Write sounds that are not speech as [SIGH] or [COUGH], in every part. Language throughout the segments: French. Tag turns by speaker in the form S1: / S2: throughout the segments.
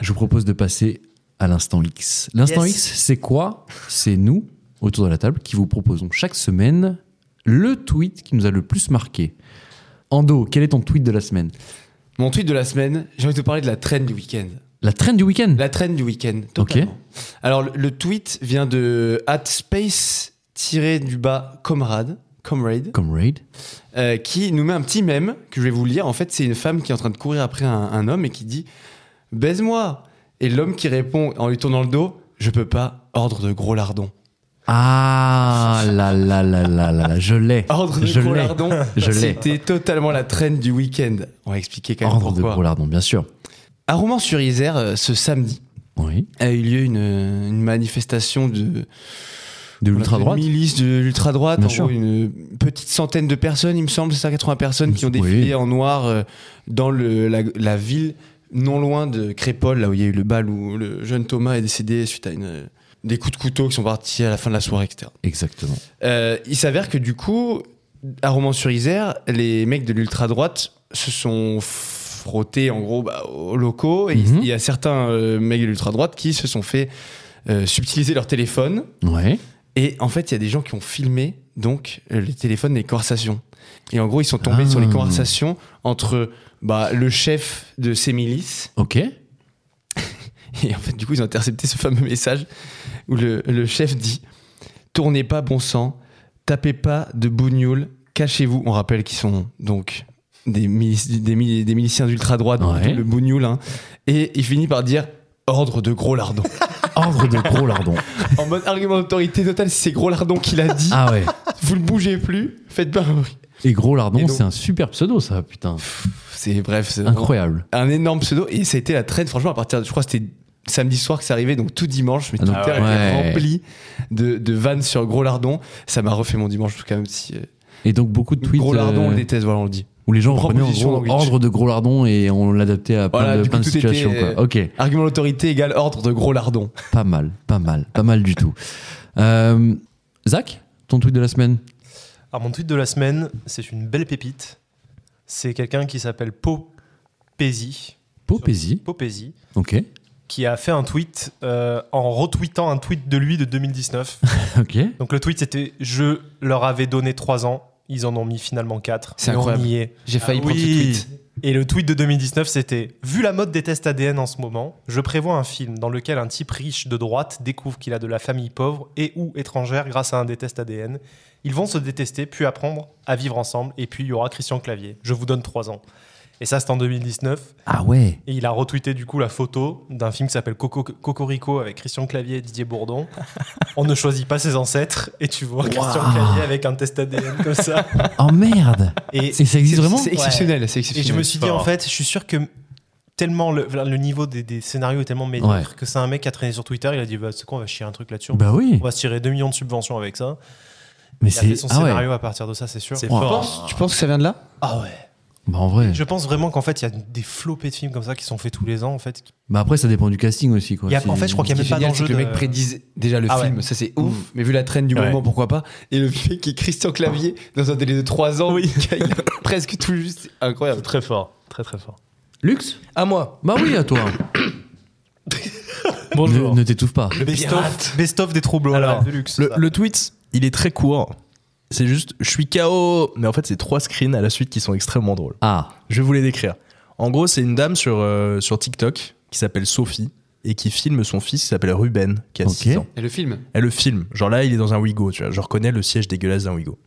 S1: Je vous propose de passer à l'instant X. L'instant
S2: Yes.
S1: X, c'est quoi C'est nous, autour de la table, qui vous proposons chaque semaine le tweet qui nous a le plus marqué. Ando, quel est ton tweet de la semaine
S3: Mon tweet de la semaine, j'ai envie de te parler de la traîne du week-end.
S1: La traîne du week-end
S3: La traîne du week-end. totalement. Alors, le- le tweet vient de at space du bas comrade, comrade,
S1: Comme raid.
S3: euh, qui nous met un petit mème que je vais vous lire. En fait, c'est une femme qui est en train de courir après un, un homme et qui dit baise-moi. Et l'homme qui répond en lui tournant le dos, je peux pas ordre de gros lardon. [LAUGHS]
S1: Ah là là là là là là, je l'ai.
S3: Ordre de
S1: Je
S3: gros
S1: l'ai.
S3: lardon.
S1: [LAUGHS] Je l'ai.
S3: C'était totalement la traîne du week-end. On va expliquer quand même
S1: Ordre de
S3: pourquoi.
S1: Brolardon, bien sûr.
S3: à Romans-sur-Isère, euh, ce samedi,
S1: Oui.
S3: a eu lieu une, une manifestation de,
S1: De l'ultra-droite.
S3: Une milice de l'ultra-droite,
S1: Bien
S3: en
S1: sûr.
S3: gros, une petite centaine de personnes, il me semble, 180 personnes qui ont
S1: Oui.
S3: défilé en noir euh, dans le, la, la ville non loin de Crépole, là où il y a eu le bal où le jeune Thomas est décédé suite à une, euh, des coups de couteau qui sont partis à la fin de la soirée, etc.
S1: Exactement.
S3: Euh, il s'avère que du coup, à Romans-sur-Isère, les mecs de l'ultra-droite se sont frottés en gros bah, aux locaux et il-
S1: Mhm.
S3: il y a certains euh, mecs de l'ultra-droite qui se sont fait euh, subtiliser leur téléphone
S1: Ouais.
S3: et en fait il y a des gens qui ont filmé donc euh, les téléphones des conversations et en gros ils sont tombés
S1: Ah.
S3: sur les conversations entre bah, le chef de ces milices
S1: Ok.
S3: [LAUGHS] et en fait, du coup, ils ont intercepté ce fameux message où le, le chef dit Tournez pas bon sang, tapez pas de bougnoul, cachez-vous. On rappelle qu'ils sont donc des, milici- des, mili- des miliciens d'ultra-droite, donc
S1: Ouais.
S3: le bougnoul. hein. Et il finit par dire Ordre de gros lardon.
S1: Ordre
S3: [LAUGHS]
S1: de Brolardon.
S3: en mode argument d'autorité totale, si c'est gros lardon qui l'a dit,
S1: Ah ouais.
S3: vous ne bougez plus, faites pas un bruit.
S1: Et gros
S3: Et
S1: lardon,
S3: donc-
S1: c'est un super pseudo, ça, putain.
S3: C'est bref, c'est
S1: Incroyable.
S3: un énorme pseudo. Et ça a été la traîne, franchement, à partir de, je crois que c'était samedi soir que c'est arrivé, donc tout dimanche, mais
S1: Ah, donc,
S3: Twitter était
S1: ouais.
S3: rempli de, de vannes sur Gros Lardon. Ça m'a refait mon dimanche, en tout cas, même si. euh,
S1: Et donc beaucoup de tweets
S3: Gros Lardon, on
S1: euh,
S3: le déteste, voilà, on le dit.
S1: où les gens
S3: Prends
S1: prenaient en
S3: position
S1: gros
S3: dans Glitch.
S1: ordre de gros lardon et on l'adaptait à plein
S3: Voilà,
S1: de,
S3: du
S1: plein
S3: coup,
S1: de
S3: tout
S1: situations.
S3: était-
S2: [LAUGHS]
S1: quoi. Ok,
S3: Argument d'autorité égale ordre de Gros Lardon.
S1: pas mal, pas mal, pas mal du tout. Euh, Zach, ton tweet de la semaine
S2: Alors, mon tweet de la semaine, c'est une belle pépite. C'est quelqu'un qui s'appelle Popézi.
S1: Popézi,
S2: Popézi.
S1: ok, [LAUGHS]
S2: Qui a fait un tweet euh, en retweetant un tweet de lui
S3: [LAUGHS]
S2: de 2019.
S1: ok.
S2: Donc le tweet c'était Je leur avais donné 3 ans, ils en ont mis finalement 4.
S3: C'est incroyable.
S2: On y est.
S3: J'ai failli
S2: Ah
S3: prendre
S2: oui.
S3: ce tweet.
S2: Et le tweet de 2019 c'était Vu la mode des tests ADN en ce moment, je prévois un film dans lequel un type riche de droite découvre qu'il a de la famille pauvre et ou étrangère grâce à un des tests ADN. Ils vont se détester, puis apprendre à vivre ensemble, et puis il y aura Christian Clavier. Je vous donne 3 ans. Et ça, c'est en 2019.
S1: Ah ouais,
S2: Et il a retweeté du coup la photo d'un film qui s'appelle Coco- Cocorico avec Christian Clavier et
S3: [LAUGHS]
S2: Didier Bourdon. On ne choisit pas ses ancêtres et tu vois Christian Clavier avec un test ADN
S3: [LAUGHS]
S2: comme ça.
S1: oh merde,
S2: [LAUGHS] Et,
S1: c'est, ça existe vraiment
S3: C'est exceptionnel, c'est
S2: et
S3: exceptionnel.
S2: je me suis dit en fait, je suis sûr que tellement le, le niveau des, des scénarios est tellement médiocre
S1: Ouais.
S2: que c'est un mec qui a traîné sur Twitter, il a dit bah, c'est quoi, on va chier un truc là-dessus.
S1: Bah oui,
S2: On va se tirer 2 millions de subventions avec ça.
S1: mais
S2: Il a fait
S1: c'est
S2: son
S1: ah ouais.
S2: scénario à partir de ça, c'est sûr.
S1: C'est
S2: Wow.
S3: Tu penses, tu penses que ça vient de là
S2: Ah ouais.
S1: Bah en vrai.
S2: Je pense vraiment qu'en fait, il y a des flopées de films comme ça qui sont faits tous les ans en fait.
S1: Bah après ça dépend du casting aussi quoi.
S2: Il y a-
S1: C'est-
S2: en fait, je crois qu'il y
S3: Ce
S2: a
S3: qui est
S2: même pas
S3: génial, c'est
S2: d'enjeu
S3: que le
S2: de-
S3: mec prédise déjà le
S2: Ah ouais.
S3: film, ça c'est ouf, mais vu la traîne du
S2: Ouais.
S3: moment, pourquoi pas. Et le fait qu'il y ait Christian Clavier dans un délai de 3 ans, il a presque tout juste, c'est incroyable.
S2: Très fort, très très fort.
S1: Lux
S4: À moi.
S1: Bah oui à
S2: [LAUGHS]
S1: toi.
S4: Bonjour.
S1: Ne, ne t'étouffe pas.
S2: Le best of, best of des troubles
S4: Alors,
S2: de luxe.
S4: Le,
S2: ça.
S4: le tweet, il est très court. C'est juste, je suis KO. Mais en fait, c'est trois screens à la suite qui sont extrêmement drôles.
S1: Ah
S4: Je vais vous les décrire. En gros, c'est une dame sur, euh, sur TikTok qui s'appelle Sophie et qui filme son fils qui s'appelle Ruben, qui a
S1: Ok.
S4: 6 ans.
S3: Et le film
S4: Elle le filme. Genre là, il est dans un Wigo, tu vois. Je reconnais le siège dégueulasse d'un Wigo.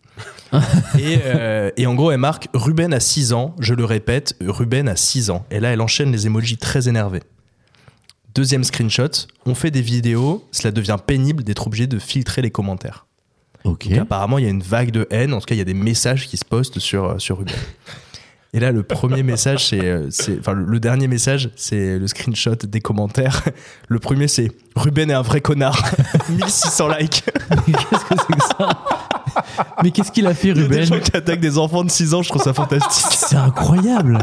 S4: et, euh, et en gros, elle marque Ruben a 6 ans. Je le répète, Ruben a 6 ans. Et là, elle enchaîne les emojis très énervés. Deuxième screenshot, on fait des vidéos, cela devient pénible d'être obligé de filtrer les commentaires.
S1: ok.
S4: Et apparemment, il y a une vague de haine. En tout cas, il y a des messages qui se postent sur, euh, sur Ruben. Et là, le premier message, c'est. euh, c'est- Enfin, le- le dernier message, c'est le screenshot des commentaires. Le premier, c'est Ruben est un vrai connard. [LAUGHS] 1600 likes.
S1: [LAUGHS] Qu'est-ce que c'est que ça Mais qu'est-ce qu'il a fait
S4: Il y a des
S1: Ruben
S4: gens
S1: [LAUGHS]
S4: qui attaquent des enfants de 6 ans, je trouve ça fantastique.
S1: C'est incroyable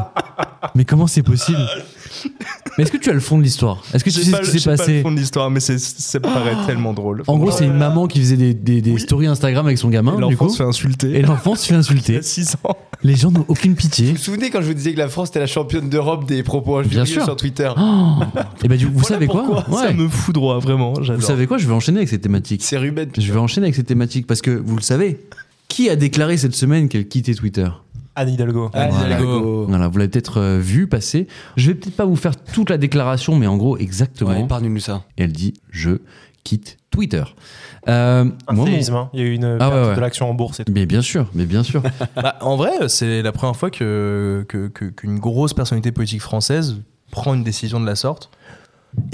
S1: Mais comment c'est possible Mais est-ce que tu as le fond de l'histoire Est-ce que tu
S4: J'ai
S1: sais
S4: pas
S1: ce
S4: le-
S1: qui
S4: j'ai
S1: s'est
S4: pas le
S1: passé
S4: fond de l'histoire, mais c'est- ça me paraît tellement drôle.
S1: En gros,
S2: Oh
S1: c'est une
S2: là là.
S1: maman qui faisait des, des, des
S4: Oui.
S1: stories Instagram avec son gamin, du
S4: l'enfant
S1: coup.
S4: se fait insulter.
S1: Et l'enfant se fait
S4: il
S1: insulter.
S4: a 6 ans.
S1: Les gens n'ont aucune pitié.
S3: Vous vous souvenez quand je vous disais que la France était la championne d'Europe des propos
S1: Bien
S3: injurieux
S1: sûr.
S3: sur Twitter
S1: Oh Et bah, du vous
S4: Voilà
S1: savez quoi
S4: pourquoi
S1: Ouais.
S4: Ça me fout droit, vraiment. J'adore.
S1: Vous savez quoi Je vais enchaîner avec ces thématiques.
S3: C'est Ruben.
S1: Je vais enchaîner avec ces thématiques parce que vous le savez. Qui a déclaré cette semaine qu'elle quittait Twitter
S2: Anne Hidalgo.
S3: Ah,
S1: Voilà.
S3: Hidalgo.
S1: Voilà, vous l'avez peut-être euh, vu passer. Je vais peut-être pas vous faire toute la déclaration, mais en gros, exactement.
S3: Ouais, Épargne-nous ça.
S1: Et elle dit Je quitte Twitter. Euh,
S3: Ah,
S2: Un
S1: moi, mon-
S2: séisme, hein. Il y a eu une
S1: Ah,
S2: perte
S1: ouais, ouais.
S2: de l'action en bourse et tout.
S1: Mais bien sûr, mais bien
S3: [LAUGHS]
S1: sûr.
S4: [LAUGHS] Bah, en vrai, c'est la première fois que, que- que- qu'une grosse personnalité politique française prend une décision de la sorte.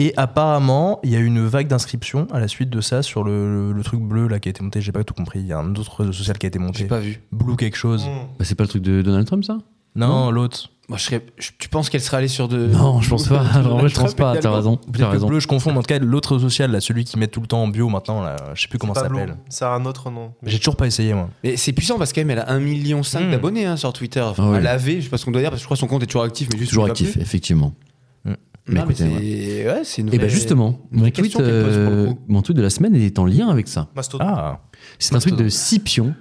S4: Et apparemment, il y a eu une vague d'inscriptions à la suite de ça sur le, le truc bleu là qui a été monté. J'ai pas tout compris. Il y a un autre réseau social qui a été
S3: J'ai
S4: monté.
S3: pas vu.
S4: Blue quelque chose.
S2: Mm.
S1: Bah, c'est pas le truc de Donald Trump, ça
S4: Non, l'autre.
S3: Moi, je serais... je- Tu penses qu'elle serait allée sur de.
S1: Non, je
S3: [LAUGHS]
S1: pense pas. En vrai, je pense
S3: Trump et
S1: pas. T'as
S3: Hidalgo.
S1: raison. T'as
S4: Peut-être le
S1: raison.
S4: bleu, je confonds. mais En tout cas, l'autre réseau social là, celui qui met tout le temps en bio maintenant là, je sais plus comment ça
S2: Pablo,
S4: s'appelle.
S2: Ça a un autre nom.
S4: J'ai toujours pas essayé moi.
S3: Mais c'est puissant parce qu'elle elle a 1,5 million
S2: Mm.
S3: d'abonnés hein, sur Twitter. Enfin,
S1: Ah ouais.
S3: Elle avait, je sais pas ce qu'on doit dire parce que je crois que son compte est toujours actif, mais juste
S1: Toujours
S3: je l'ai pas
S1: actif,
S3: vu.
S1: effectivement.
S4: Mm.
S1: Mais
S3: Non, mais
S1: écoutez, ouais.
S3: c'est ouais, c'est une
S1: Et bah
S3: vraie-
S1: justement,
S3: une vraie
S1: mon tweet,
S3: question qu'elle pose pour le
S1: euh,
S3: coup.
S1: mon tweet de la semaine est en lien avec ça.
S2: Mastodon.
S4: Ah.
S1: C'est un tweet de
S3: Mastodon.
S1: Scipion.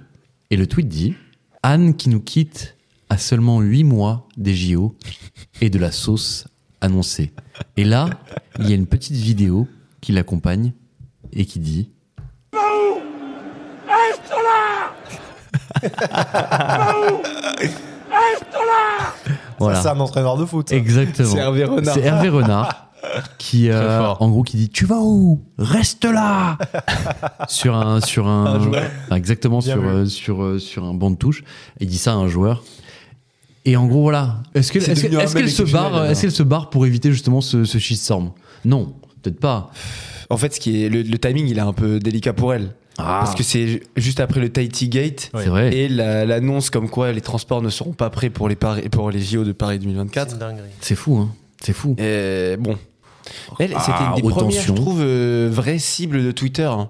S1: Et le tweet dit Anne qui nous quitte à seulement 8 mois des JO et de la sauce annoncée. Et là, il y a une petite vidéo qui l'accompagne et qui dit
S2: Ça,
S1: Voilà.
S2: c'est un entraîneur de foot. ça.
S1: Exactement.
S3: C'est Hervé Renard.
S1: C'est Hervé Renard qui, euh,
S4: Très fort.
S1: en gros, qui dit Tu vas où Reste là Sur un. Sur un, exactement,
S2: Bien
S1: sur,
S2: vu.
S1: euh, sur, euh, sur un banc de touche. Et il dit ça à un joueur. Et en gros, voilà. Est-ce que-
S3: C'est
S1: est-ce que-
S3: devenu un
S1: est-ce
S3: mec
S1: qu'elle se,
S3: exceptionnel,
S1: barre-
S3: là.
S1: est-ce qu'elle se barre pour éviter justement ce, ce shitstorm Non, peut-être pas.
S3: En fait, ce qui est le, le timing, il est un peu délicat pour elle
S1: Ah.
S3: parce que c'est ju- juste après le Tahiti Gate
S1: c'est vrai.
S3: et la- l'annonce comme quoi les transports ne seront pas prêts pour les Paris- pour les JO de Paris
S2: C'est
S3: 2024.
S2: une dinguerie.
S1: C'est fou, hein. C'est fou.
S3: Et bon, elle, c'était
S1: Ah,
S3: une des premières, je
S1: attention.
S3: trouve, euh, vraies cibles de Twitter. hein.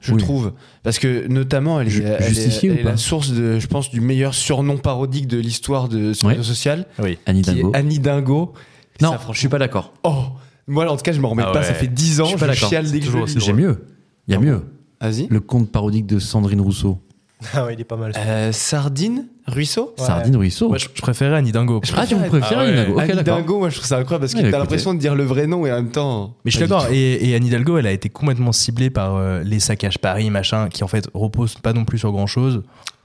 S3: Je
S1: Oui.
S3: trouve parce que notamment elle est,
S1: Ju-
S3: elle est-
S1: justifié
S3: elle
S1: ou
S3: est
S1: pas
S3: la source de, je pense, du meilleur surnom parodique de l'histoire de ce
S1: Ouais.
S3: réseau social,
S4: Oui.
S1: Anne
S3: qui est
S1: Hidalgo.
S3: Annie Dingo.
S1: Non,
S3: Ça,
S1: je suis pas d'accord.
S3: Oh, moi en tout cas, je m'en remets
S4: Ah
S3: pas.
S4: ouais.
S3: Ça fait 10 ans,
S1: Je suis
S3: je,
S1: pas d'accord.
S3: chiale dès que je
S4: Toujours
S3: le
S4: aussi
S3: lis.
S1: J'ai mieux. Il y a mieux.
S3: Vas-y.
S1: Le conte parodique de Sandrine Rousseau.
S2: Ah ouais, il est pas mal.
S3: Euh, Sardine, Ruisseau.
S2: Ouais.
S1: Sardine Rousseau.
S4: Moi, je, Oh. je préférais Annie Dingo.
S1: Ah, tu
S3: préfère-
S1: préfères
S4: Ah ouais.
S1: Anne Hidalgo. Ok,
S3: Annie
S1: d'accord.
S3: Dingo, moi je trouve ça incroyable parce que
S1: Ouais,
S3: t'as
S1: écoutez.
S3: l'impression de dire le vrai nom et en même temps.
S4: Mais je suis
S3: Pas du
S4: d'accord.
S3: tout.
S4: Et, et Anne Hidalgo, elle a été complètement ciblée par euh, les saccages Paris, machin, qui en fait reposent pas non plus sur grand chose.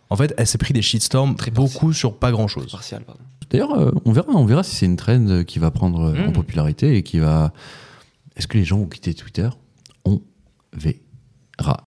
S4: En fait, elle s'est pris des shitstorms
S3: Très
S4: beaucoup sur pas grand chose.
S3: Partial, pardon.
S1: D'ailleurs, euh, on verra, on verra si c'est une trend euh, qui va prendre euh, en
S4: Mm.
S1: popularité et qui va. Est-ce que les gens vont quitter Twitter On verra.